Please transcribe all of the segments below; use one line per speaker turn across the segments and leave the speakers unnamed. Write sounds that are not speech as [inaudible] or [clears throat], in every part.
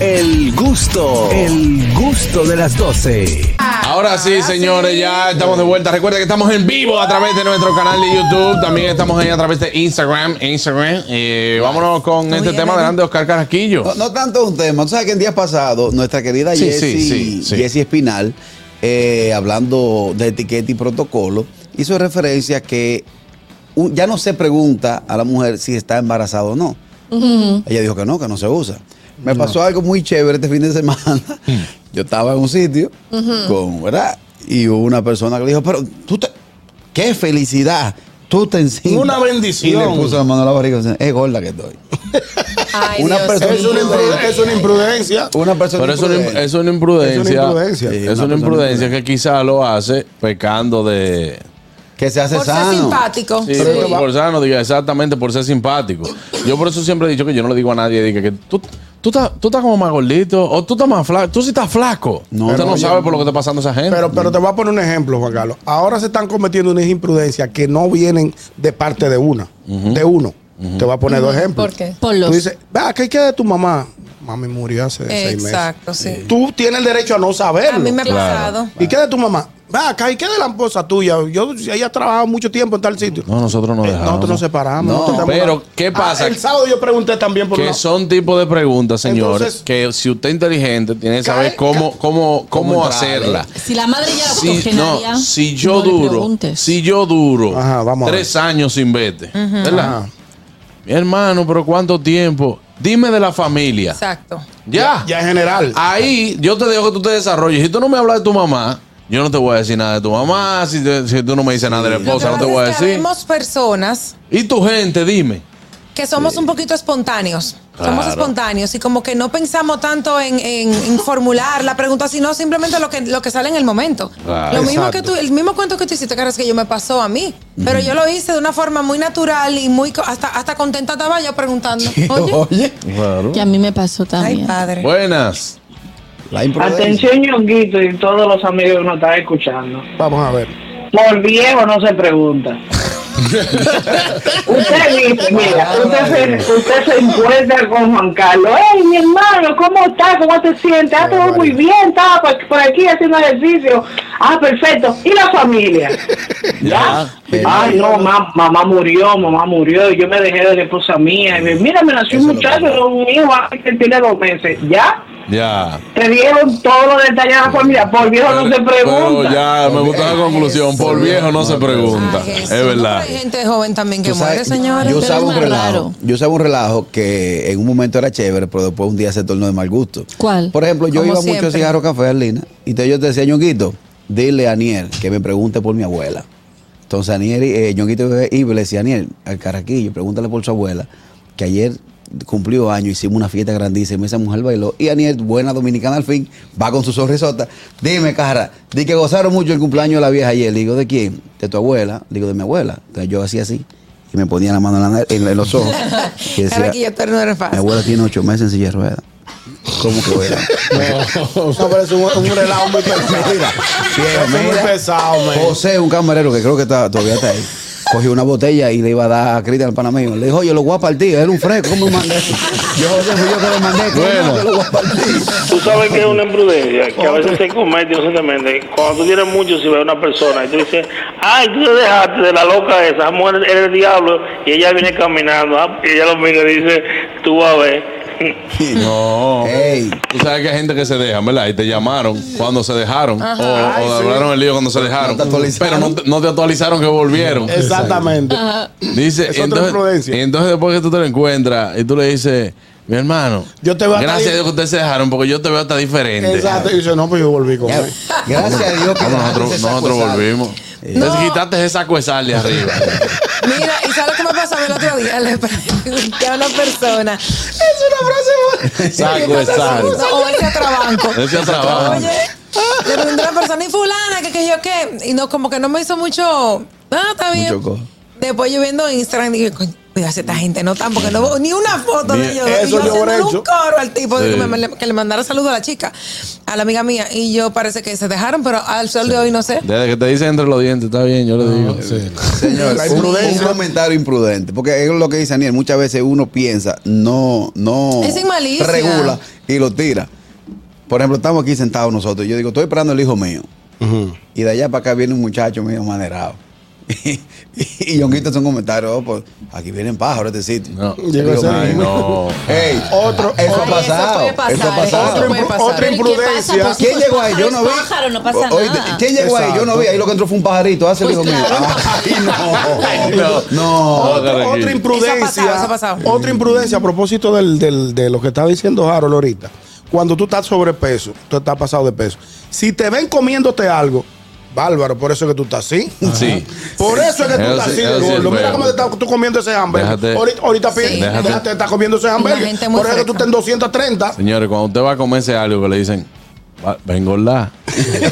El gusto, el gusto de las 12.
Ahora sí,
Ah,
señores, ya estamos de vuelta. Recuerda que estamos en vivo a través de nuestro canal de YouTube. También estamos ahí a través de Instagram. Instagram. Eh, vámonos con este tema delante de Oscar Carrasquillo.
No, no tanto un tema. Tú sabes que en días pasados, nuestra querida
Sí,
Jessie
sí, sí, sí.
Jessie Espinal, eh, hablando de etiqueta y protocolo, hizo referencia que un- ya no se pregunta a la mujer si está embarazada o no. Ella dijo que no, que no se usa. Me pasó algo muy chévere este fin de semana.
Mm.
Yo estaba en un sitio con, ¿verdad? Y hubo una persona que le dijo, pero tú te. ¡Qué felicidad! Tú te encimas.
Una bendición.
Y le puso la mano a la barriga y dice, es gorda que estoy.
Ay,
Una
Dios
persona-
Es una,
mío.
impru- es una imprudencia.
Una persona.
Pero es una, im-
imprudente.
es una imprudencia.
Es una imprudencia.
Sí, una
Es una
persona
imprudencia
imprudente.
que quizá lo hace pecando de.
Que se hace
Por ser
sano. [laughs]
simpático.
Sí,
Pero
por,
esto va-
por sano, diga, exactamente, por ser simpático. Yo por eso siempre he dicho que yo no le digo a nadie, diga que tú. Tú estás, tú estás como más gordito, o tú estás más flaco, tú sí estás flaco.
No,
Usted
no,
no,
yo-
sabe por lo que está pasando esa gente.
Pero, pero te voy a poner un ejemplo, Juan Carlos. Ahora se están cometiendo unas imprudencias que no vienen de parte de una, de uno. Te voy a poner dos ejemplos.
¿Por qué?
Por los.
Tú dices, vea, ¿qué queda de tu mamá? Mami murió hace seis meses.
Exacto, sí.
Tú tienes el derecho a no saberlo.
A mí me ha
Claro.
pasado.
¿Y qué de tu mamá? Va acá, ¿y qué de la esposa tuya? Yo, ella ha trabajado mucho tiempo en tal sitio.
No, nosotros no
Eh,
dejamos.
Nosotros nos separamos.
No,
nosotros estamos- Ah,
pero, ¿qué pasa?
el sábado yo pregunté también por
Que
una-
son tipos de preguntas, señores,
Entonces-
que si usted es inteligente, tiene que
Cae-
saber cómo,
ca-
cómo, cómo,
cómo entrarle.
hacerla.
Si la madre ya era
Si,
octogenaria,
no, si yo
no le
duro,
preguntes.
si yo duro
Ajá, vamos a
tres años sin verte, ¿verdad?
Ajá.
Mi hermano, pero ¿cuánto tiempo? Dime de la familia.
Exacto.
Ya.
Ya en general.
Ahí yo te dejo que tú te desarrolles. Si tú no me hablas de tu mamá, yo no te voy a decir nada de tu mamá. Si, te- si tú no me dices nada de la esposa, no te voy a decir.
Somos personas
Y tu gente, dime.
que somos un poquito espontáneos. Somos
Claro.
espontáneos y como que no pensamos tanto en, en- en formular la pregunta, sino simplemente lo que, lo que sale en el momento.
Claro.
Lo mismo que
Exacto.
tú, el mismo cuento que tú hiciste, Carlos, que yo me pasó a mí. Pero yo lo hice de una forma muy natural y muy co- hasta, hasta contenta estaba yo preguntando. Oye,
Oye,
que a mí me pasó
ay,
también. [laughs]
padre.
Buenas.
la imprudencia.
Atención, Ñonguito, y todos los amigos que nos están escuchando.
Vamos a ver.
Por viejo no se pregunta. usted
[laughs]
dice, mira, usted se, usted se encuentra con Juan Carlos. ¡Ey, mi hermano! ¿Cómo estás? ¿Cómo te sientes? Ah, todo muy bien. Estaba por, por aquí haciendo ejercicio. Ah, perfecto. ¿Y la
[laughs]
familia? ¿Ya?
pero-
Ay, no, ma- mamá murió, mamá murió. Yo me dejé de la esposa mía. Y me- mira, me nació
Eso
un
es lo que
muchacho, un hijo ay, que tiene dos meses. ¿Ya?
Ya.
Te dieron todos los detalles de la familia. Por viejo no se
Pero
pregunta.
ya, me gusta la conclusión. Por viejo no se pregunta.
Ay,
Es
Jesús, ¿no? [laughs]
verdad.
Hay gente joven también que
Tú sabes,
muere, señores.
Yo
Pero
sabía
es
un
más
relajo.
raro.
Yo sabía un relajo que en un momento era chévere, pero después un día se tornó de mal gusto.
¿Cuál?
Por ejemplo, yo
Como
iba mucho a
siempre.
cigarro café, Lina, y te, yo te decía, Ñonguito, dile a Aniel que me pregunte por mi abuela. Entonces Aniel, eh, Ñonguito iba y le decía, Aniel, al carraquillo, pregúntale por su abuela, que ayer cumplió año, hicimos una fiesta grandísima, esa mujer bailó, y Aniel, buena dominicana al fin, va con su sonrisota, dime, cara, di que gozaron mucho el cumpleaños de la vieja ayer, le digo, ¿de quién? De tu abuela, le digo, de mi abuela. Entonces yo hacía así, y me ponía la mano en, la nariz- en la- en los ojos. y decía,
Ahora que yo estoy en una fase.
mi abuela tiene ocho meses en silla de ruedas. ¿Cómo que era?
[laughs] No, pero es un, un relajo muy pesado.
[laughs] Mira,
Es muy
mira,
pesado, man.
José, un camarero que creo que está- todavía está ahí, cogió una botella y le iba a dar a Cristian al panameño. Le dijo, oye, lo voy a partir, era un fresco, ¿cómo me mandé eso? Yo, José, fui yo que lo mandé, ¿cómo
Bueno.
yo lo voy a partir?
Tú sabes que es una imprudencia que a veces se comete inocentemente. Cuando tú tienes mucho, si ves a una persona y tú dices, ay, tú te dejaste de la loca esa, esa mujer es el diablo, y ella viene caminando, ah, y ella lo mira y dice, tú vas a ver. [laughs]
No.
Ey.
Tú sabes que hay gente que se deja, ¿verdad? Y te llamaron cuando se dejaron. O,
Ay,
o
sí.
hablaron el lío cuando se dejaron.
te actualizaron.
pero no te, no te actualizaron que volvieron.
Exactamente.
Dice,
Es otra
entonces,
imprudencia.
entonces después que tú te lo encuentras y tú le dices, mi hermano,
Yo te veo hasta
gracias a
ahí".
Dios que ustedes se dejaron porque yo te veo hasta diferente.
Exacto. Y dice, no, pues yo volví con
Ya,
él.
Gracias a Dios que
Ah, nosotros, nosotros volvimos. Entonces
No.
quitaste esa cuesal de arriba.
Mira, ¿y sabes lo que me pasó a mí el otro día? [laughs] Le pregunté a una persona. Es una frase
Saco
buena.
de sal.
O ese
[laughs]
atrabanco.
Ese atrabanco.
Oye, le pregunté a una persona, y fulana, que, que yo qué. Y no, como que no me hizo mucho. Ah, está bien.
Mucho co-
Después yo viendo Instagram, dije, coño, Digas, esta gente no tan, porque no hubo ni una foto
Bien,
de ellos.
eso
Y
yo
haciéndole
habré
un
hecho.
coro al tipo de que,
Sí.
me- me- que le mandara saludo a la chica, a la amiga mía. Y yo parece que se dejaron, pero al sol de hoy no sé.
Desde que te dicen entre los dientes, está bien, yo lo
Ah,
digo.
Señor,
La
un- un,
imprudencia.
comentario imprudente. Porque es lo que dice Aniel. Muchas veces uno piensa, no, no.
Es sin malicia.
Regula y lo tira. Por ejemplo, estamos aquí sentados nosotros. Yo digo, estoy esperando el hijo mío. Y de allá para acá viene un muchacho medio manerado. [laughs] y y Yonguito hace un comentario, oh, pues, aquí vienen pájaros de este sitio.
No.
Llegó
Digo,
ese
ay,
mismo.
No.
Ey,
Otro-
eso ha
Ay, eso
pasado.
puede
Eso,
pasar,
ha pasado.
eso puede pasar.
Otra
Pero ¿y qué pasa?
imprudencia.
Pues,
¿Quién
pues,
llegó ahí? Yo no vi.
pájaro, no pasa
Oye,
nada.
¿Quién llegó ahí? Yo no vi. Ahí lo que entró fue un pajarito. Hace el
Pues
hijo mío.
claro.
Ay, no.
Ay,
No.
Oh,
Otra,
tranquilo.
otra imprudencia.
Eso ha pasado, eso ha pasado.
Otra imprudencia a propósito del- del- de lo que está diciendo Harold ahorita. Cuando tú estás sobrepeso, tú estás pasado de peso. Si te ven comiéndote algo, bárbaro, por eso es que tú estás así.
Ah. Sí.
Por eso es que tú
Eso
estás
sí,
así.
eso
de
sí es
gordo. Mira
feo.
cómo te estás tú comiendo ese hamburger.
Déjate.
ahorita ahorita pi-
Sí.
déjate.
Déjate.
de estar comiendo ese hamburger.
gente muy
Por eso es que tú
fresca.
estás en 230.
Señores, cuando usted va a comerse algo que le dicen, va va a engordar,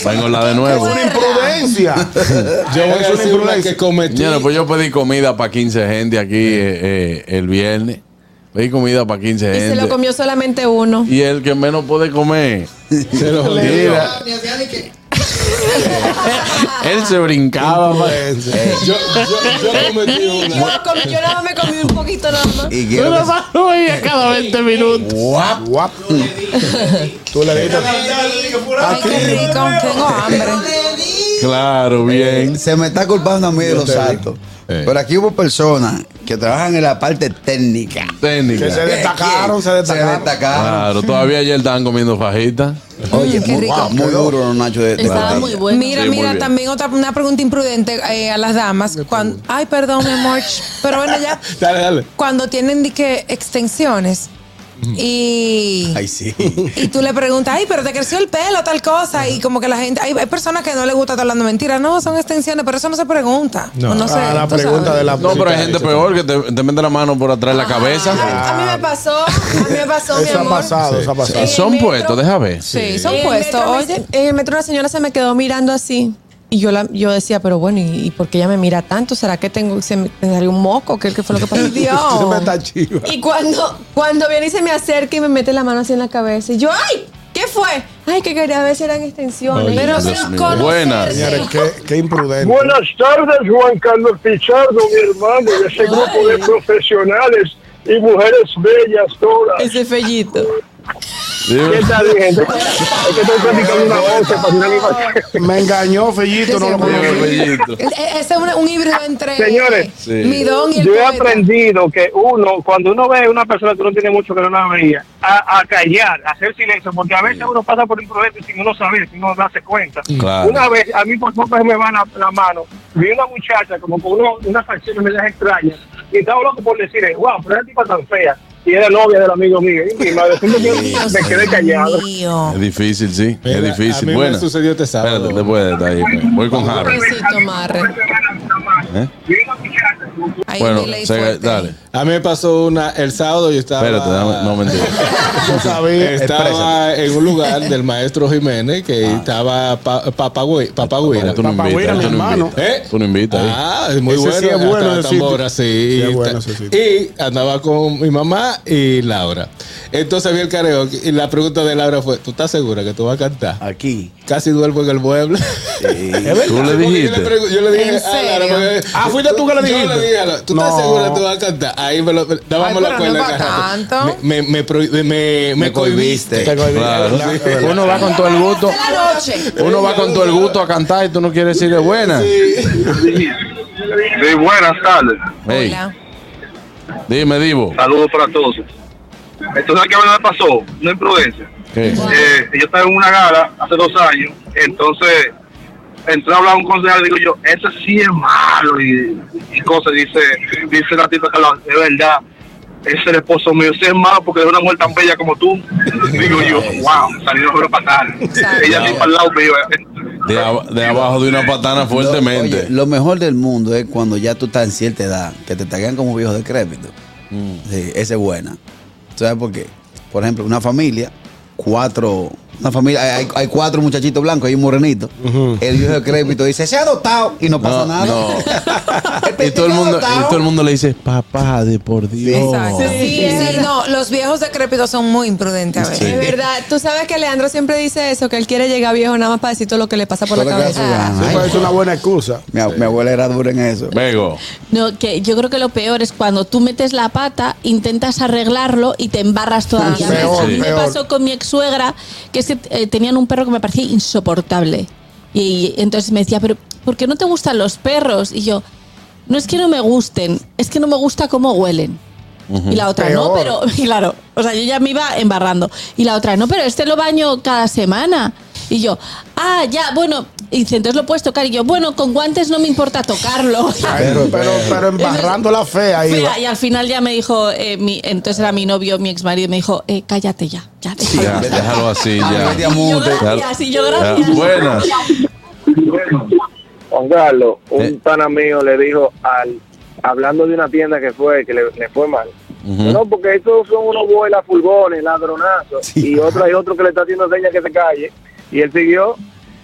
va a engordar de nuevo.
Es una imprudencia.
Yo voy
Es
a
una
decir una
imprudencia.
que cometí.
Señores, pues yo pedí comida para 15 gente aquí eh, eh, el viernes. Pedí comida para 15
Y
gente.
se lo comió solamente uno.
Y el que menos puede comer,
Se lo digo.
mira, [laughs] él se brincaba.
[laughs]
pa-
Yo, yo, yo cometí
Yo,
una.
no comí- yo nada más me comí un poquito nada más.
Y quiero que-
lo veía cada 20 minutos.
[laughs]
Guap. Guap. Tú le dijiste.
Ay, qué rico, tengo hambre.
Claro, bien.
se me está culpando a mí de los actos.
Eh.
Pero aquí hubo personas que trabajan en la parte técnica.
Técnica.
Que se destacaron, se
Se
destacaron.
destacaron.
Claro, todavía ayer estaban comiendo fajitas.
Oye,
Mm, Qué
muy,
rico.
wow, muy duro los nachos de, de
Estaba
tortilla.
muy bueno.
Mira,
Sí, muy
mira,
bien.
también otra una pregunta imprudente eh, a las damas. Cuando, ay, perdón, mi amor. Pero bueno, ya.
Dale, dale.
Cuando tienen di que extensiones
Mm.
y,
Ay,
[laughs]
sí.
y tú le preguntas, ay, pero te creció el pelo, tal cosa. Y como que la gente, hay, hay personas que no les gusta estar hablando mentiras. No, son extensiones, pero eso no se pregunta. No, no sé.
Ah, la
tú
pregunta
sabes.
de la
No, pero hay
música
gente
esa.
peor que te, te mete la mano por atrás de la cabeza.
Ay, a mí me pasó, a
Ah,
mí me pasó, mi
Eso ha
amor.
pasado, eso ha pasado.
en el
Son
metro-
puestos, deja ver.
Sí, son
En el
puestos.
metro Eh, me-
Oye,
En el metro una señora se me quedó mirando así. Y yo, la, yo decía, pero bueno, ¿y, y por qué ella me mira tanto? ¿Será que tengo, se me, me salió un moco? ¿Qué, qué fue lo que
[laughs]
pasó?
Se me
Dios.
está chiva.
Y cuando, cuando viene y se me acerca y me mete la mano así en la cabeza. Y yo, "Ah, ¡ay! ¿Qué fue? Ay, que quería ver si eran extensiones.
Ay,
pero
Dios
sin
mío.
conocerse.
Buenas.
Señores, qué, qué imprudente.
Buenas tardes, Juan Carlos Pichardo, mi hermano, de ese grupo de profesionales y mujeres bellas todas.
Ese fellito.
¿Qué tal, mi gente? Es que estoy practicando una once para tirar mi base.
Me engañó, Fellito, no lo conocí.
e- e- ese es un, un híbrido entre
Señores,
eh, mi don y el
Yo he
poeta.
aprendido que uno, cuando uno ve a una persona que uno tiene mucho que no la veía, a, a callar, a hacer silencio, porque a veces uno pasa por imprudente sin uno saber, sin uno darse cuenta.
Claro.
Una vez, a mí por poco se me va la, la mano, vi una muchacha como con uno- unas facciones medias extrañas, y estaba loco por decir, wow, pero esa tipa tan fea, y era novia del amigo mío, y mi madre, siempre yo me quedé callado.
Mío.
Es difícil, sí.
Mira,
es
a mí
difícil.
me
Bueno.
sucedió este sábado.
Espérate, después de ahí, espérate. Voy con Harold.
Pobrecito Marre.
¿Eh?
Vi una muchacha como
Hay un
Bueno,
delay
se-
fuerte.
dale.
A mí me pasó una el sábado yo estaba
Espérate, dame-
[laughs]
no mentira.
Yo sabía.
estaba en un lugar del maestro Jiménez que
Ah.
estaba pa, Papagüe- Papagüera.
Tú no
Papá
invitas.
Güira, mi
Tú no
hermano.
invitas.
¿Eh?
Tú no invitas. ¿eh?
Ah, es muy
Ese
bueno.
sí es
hasta
bueno ese
Tambora,
sitio.
sí.
Sí es bueno
Y-
ese sitio.
Y andaba con mi mamá y Laura. Entonces había el karaoke y la pregunta de Laura fue, ¿tú estás segura que tú vas a cantar?
Aquí.
Casi duermo en el mueble. Porque
Tú le
Yo le,
dijiste.
pregu- yo le dije,
¿En
a Laura,
serio?
porque-
Ah, ¿fuiste tú que le dijiste?
Yo le dije, a Laura, ¿tú estás
No.
segura que tú vas a cantar? Ahí me lo, dábamos
Ay,
la
pero
cuerda
no
de
pa'
carajo.
tanto.
Me, me, pro- me, me, me cohibiste.
Te cohibí.
Claro.
Es verdad, es verdad.
Uno va con todo el gusto.
La noche.
Uno va con todo el gusto a cantar y tú no quieres decirle buena.
Sí, buenas tardes.
Ey,
Hola.
dime, Divo.
Saludos para todos. Entonces, ¿qué me pasó? No imprudencia.
¿Qué?
Eh, yo estaba en una gala hace dos años, entonces entré a hablar a un concejal, digo yo, ese sí es malo y, y cosas, dice, dice la tipa que la- es verdad, ese es el esposo mío, sí es malo porque es una mujer tan bella como tú, [laughs] digo yo, wow, salieron pero fatal, ella así para el lado mío. eh,
De, ab- de abajo de una patana
Lo, oye,
fuertemente.
lo mejor del mundo es cuando ya tú estás en cierta edad, que te taguean como viejo decrépito.
Mm.
Sí, esa es buena. ¿Sabes por qué? Por ejemplo, una familia, cuatro Una familia, hay, hay cuatro muchachitos blancos, hay un morenito. El viejo decrépito dice, se ha adoptado y no pasa
No,
nada.
no.
[laughs] El
y, todo el mundo, y
adoptado.
todo el mundo le dice, papá de por Dios.
Exacto. Sí, sí, no, los viejos decrépitos son muy imprudentes a veces.
Es verdad, tú sabes que Leandro siempre dice eso, que él quiere llegar viejo nada más para decir todo lo que le pasa por la
Todo lo que hace,
cabeza.
ah, ay,
Es una buena excusa.
mi, mi abuela era dura en eso.
Vego.
No, que yo creo que lo peor es cuando tú metes la pata, intentas arreglarlo y te embarras todavía. más.
Peor,
a mí me
peor.
pasó con mi ex suegra, que es que eh, tenían un perro que me parecía insoportable. Y, y entonces me decía, pero ¿por qué no te gustan los perros? Y yo, no es que no me gusten, es que no me gusta cómo huelen. Y la otra, no, pero [laughs]
Peor.
claro, o sea, yo ya me iba embarrando. Y la otra, no, pero este lo baño cada semana. Y yo, ah, ya, bueno, y dice, entonces lo puedes tocar. Y yo, bueno, con guantes no me importa tocarlo. [laughs]
Pero, pero, pero embarrando la fe ahí.
Mira,
va.
y al final ya me dijo, eh, mi, entonces era mi novio, mi ex marido, y me dijo, eh, cállate ya, ya déjalo.
Ya, déjalo así, ya.
Vete a
Y yo,
mute.
gracias, y yo, gracias.
Ya, Buenas.
Juan Carlos, un
Eh.
pana mío le dijo al hablando de una tienda que fue que le, le fue mal. No, porque estos son unos bolas, furgones, ladronazos y otro hay otro que le está haciendo señas que se calle y él siguió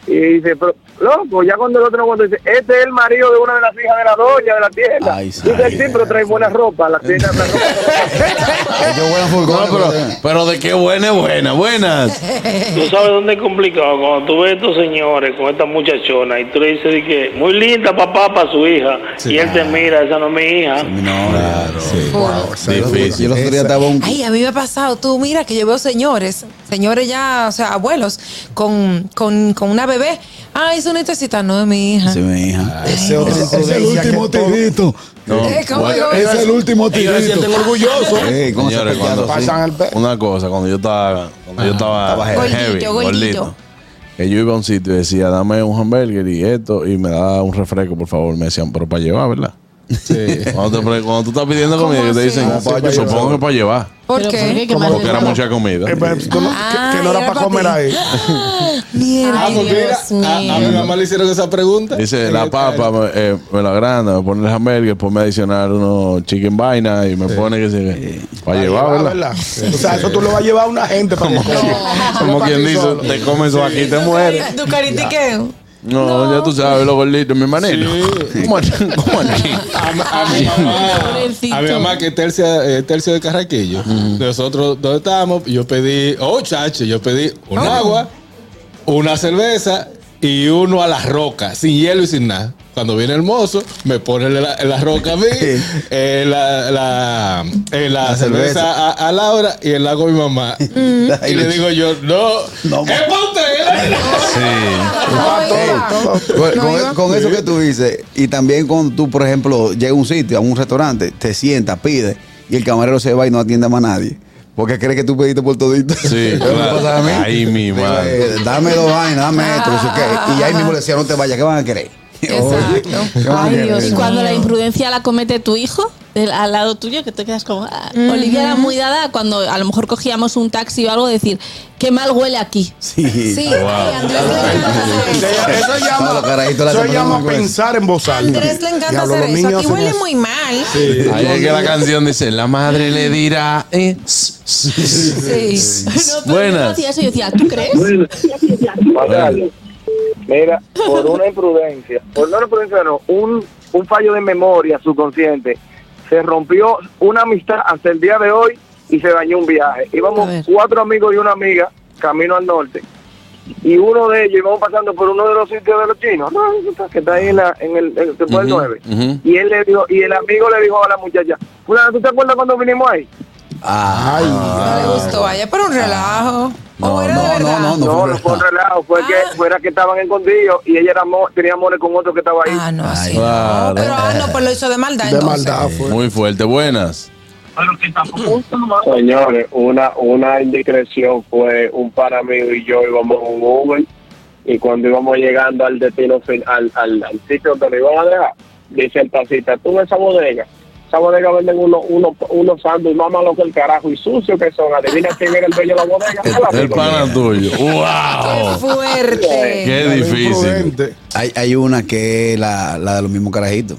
y dice, pero loco, ya cuando el otro no aguantó, dice, este es el marido de una de las hijas de la doña de la tienda.
Ay, sí.
dice, sí, pero trae buena ropa, la tienda, la ropa.
Yo huelo a
No,
furgón,
pero,
pero-
pero de qué buena, es buena, buenas.
Tú sabes dónde es complicado. Cuando tú ves a estos señores con estas muchachonas y tú le dices de que muy linda papá para su hija y él te mira, esa no es mi hija.
No, claro.
Wow.
Difícil.
Yo los otro día estaba un.
Ay, a mí me ha pasado, tú mira que yo veo señores, señores ya, o sea, abuelos, con, con, con una bebé. Ay, eso necesita, no es mi hija.
Sí, mi hija.
Ese otro
Es el
decía que
último
todo-
tirito.
No,
Eh, ¿cómo
bueno.
digo?
Es el último
Ellos se
tirito.
sienten orgullosos.
[laughs] Ey, ¿cómo se
Señores,
pelearon?
cuando-
Pasan al pe-
Una cosa, cuando yo estaba, cuando yo estaba,
estaba
heavy.
heavy,
Gordito,
gordito,
gordito.
que yo iba a un sitio y decía, dame un hamburger y esto, y me daba un refresco, por favor. Me decían, pero para llevar, ¿verdad? Cuando, te pre- cuando tú estás pidiendo
¿Cómo
comida, que te
así?
dicen,
Ah, sí,
para
supongo
llevar.
que para llevar.
¿Por
Pero, ¿por qué?
qué?
Qué mal
Porque era
educado.
mucha comida.
Eh, pero tú no-
Ah,
que, que no era
era
para
para
comer
ti.
ahí.
Mierda.
Ah, porque era-
Dios
a, a mi
mío.
mamá le hicieron esa pregunta.
Dice,
En
la
el-
papa me, eh, me la agranda, me pone el hamburger, ponme adicionar unos chicken vaina y me pone que se... Para llevar,
Ah,
¿verdad?
¿verdad? O sea, eso tú lo vas a llevar a una gente para que coma.
Como
Para
quien
ti
dice,
solo.
te comes eso aquí y te mueres.
¿Tu caritiqueo?
No, ya tú sabes, los gorditos, mi manero. [laughs] ¿Cómo, cómo aquí?
A, ma- a mi
Pobrecito.
mamá, a mi mamá que es tercia, eh, tercio de Carraquillo. Nosotros, ¿dónde estábamos? Yo pedí, oh, chacho, yo pedí un agua, una cerveza y uno a la roca, sin hielo y sin nada. Cuando viene el mozo, me pone la, la roca a [laughs] mí, eh, la, la- eh, la cerveza, a, a Laura y el agua a mi mamá.
[laughs]
[laughs] Y le digo yo, no,
No,
¿qué ponte?
Sí.
No, iba.
Con,
No,
con-
iba.
con eso que tú dices, y también cuando tú, por ejemplo, llegas a un sitio, a un restaurante, te sientas, pides, y el camarero se va y no atiende más a nadie. Porque cree que tú pediste por todito.
Sí,
[laughs] ¿Qué me
claro.
pasa a mí?
Ay, mi
Digo,
madre.
eh, dame dos vainas, dame esto, no sé qué. Y ahí mismo le decía, no te vayas, ¿qué van a querer?
Exacto.
¿Qué van a
Ay,
querer?
Dios
Y cuando la imprudencia la comete tu hijo, del- al lado tuyo, que te quedas como. ah. Olivia era muy dada cuando a lo mejor cogíamos un taxi o algo, decir, qué mal huele aquí. [laughs]
Sí.
Sí, ay, Andrés le encanta hacer eso.
Eso
No,
llama,
los carajitos la
eso
compran
llama
muy gruesa.
pensar en voz alta.
Andrés le encanta
Diablo,
hacer
los
eso.
niños
Aquí
hacen
huele
eso.
muy mal.
Ahí es que la canción dice, la madre le dirá... eh, s- s- s-
Sí.
No, pero Yo no
Buenas.
hacía eso y decía, ¿tú crees?
Juan Carlos, Mira, por una imprudencia, por no una imprudencia, no, un, un fallo de memoria subconsciente, se rompió una amistad hasta el día de hoy y se dañó un viaje.
A
Íbamos
ver.
cuatro amigos y una amiga camino al norte y uno de ellos íbamos pasando por uno de los sitios de los chinos, ¿no? que está ahí en, la, en el, en el después del
Ujú,
9.
ujú.
Y él le dijo, y el amigo le dijo a la muchacha, "Fulana, ¿tú te acuerdas cuando vinimos ahí?
Ay,
No le gustó vaya pero un relajo.
No,
o era de
no,
verdad.
no, no,
No,
fue
no fue un
verdad.
relajo, fue
Ah.
que fuera que estaban escondidos y ella era amor, tenía amores con otro que estaba ahí.
Ah, no,
Ay,
sí. no.
claro.
Pero ah, no, pues lo hizo de maldad.
De
entonces.
maldad Ah, fue.
Muy fuerte, buenas.
[clears throat] Señores, una, una indiscreción fue un para mí y yo íbamos en un Uber y cuando íbamos llegando al destino, fin- al, al, al sitio donde lo iban a dejar, dice el taxista, tú ves esa bodega, esa bodega venden unos uno, unos sándwiches más malos que el carajo y sucios que son, adivina quién era el dueño de la bodega, el,
El pana tuyo.
Qué
¡Wow!
fuerte.
Qué
Lo
difícil.
imprudente.
Hay, hay una que es la, la de los mismos carajitos.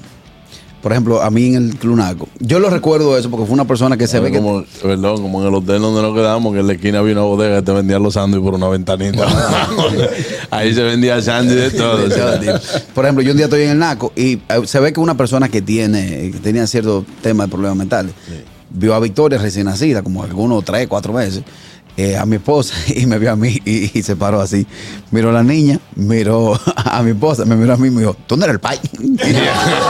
Por ejemplo, a mí en el Clunaco. Yo lo recuerdo eso porque fue una persona que se ve que
como, perdón, como en el hotel donde nos quedamos, que en la esquina había una bodega que te vendían los sándwiches por
[laughs]
una ventanita. Ahí se vendía sándwich de todo. o sea.
Por ejemplo, yo un día estoy en el Naco y eh, se ve que una persona que tiene, que tenía cierto tema de problemas mentales, vio a Victoria recién nacida, como algunos tres, cuatro meses, eh, a mi esposa [laughs] y me vio a mí y, y se paró así. Miró a la niña, miró [laughs] a mi esposa, me miró a mí y me dijo, tú no eres el pai. [laughs]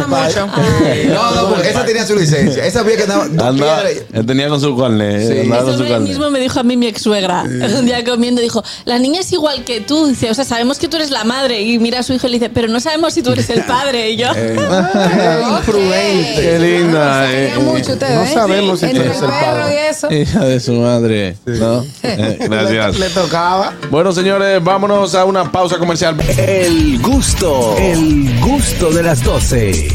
no, no, porque esa tenía su licencia. Esa vio que estaba...
Andaba- él tenía con su carnet.
Sí.
andaba con
Eso
su
me-
carnet.
mismo me dijo a mí mi ex suegra [laughs] un día comiendo dijo la niña es igual que tú dice o sea sabemos que tú eres la madre y mira a su hijo y le dice pero no sabemos si tú eres
[laughs]
el padre y yo
Eh,
Prudente.
Qué linda. eh,
mucho ustedes,
No
¿eh?
sabemos si
Entre
tú eres
el
el
perro
padre.
y eso.
Hija de su madre.
[laughs]
¿no? Eh, Gracias.
Le tocaba.
Bueno, señores, vámonos a una pausa comercial.
El gusto, el gusto de las 12.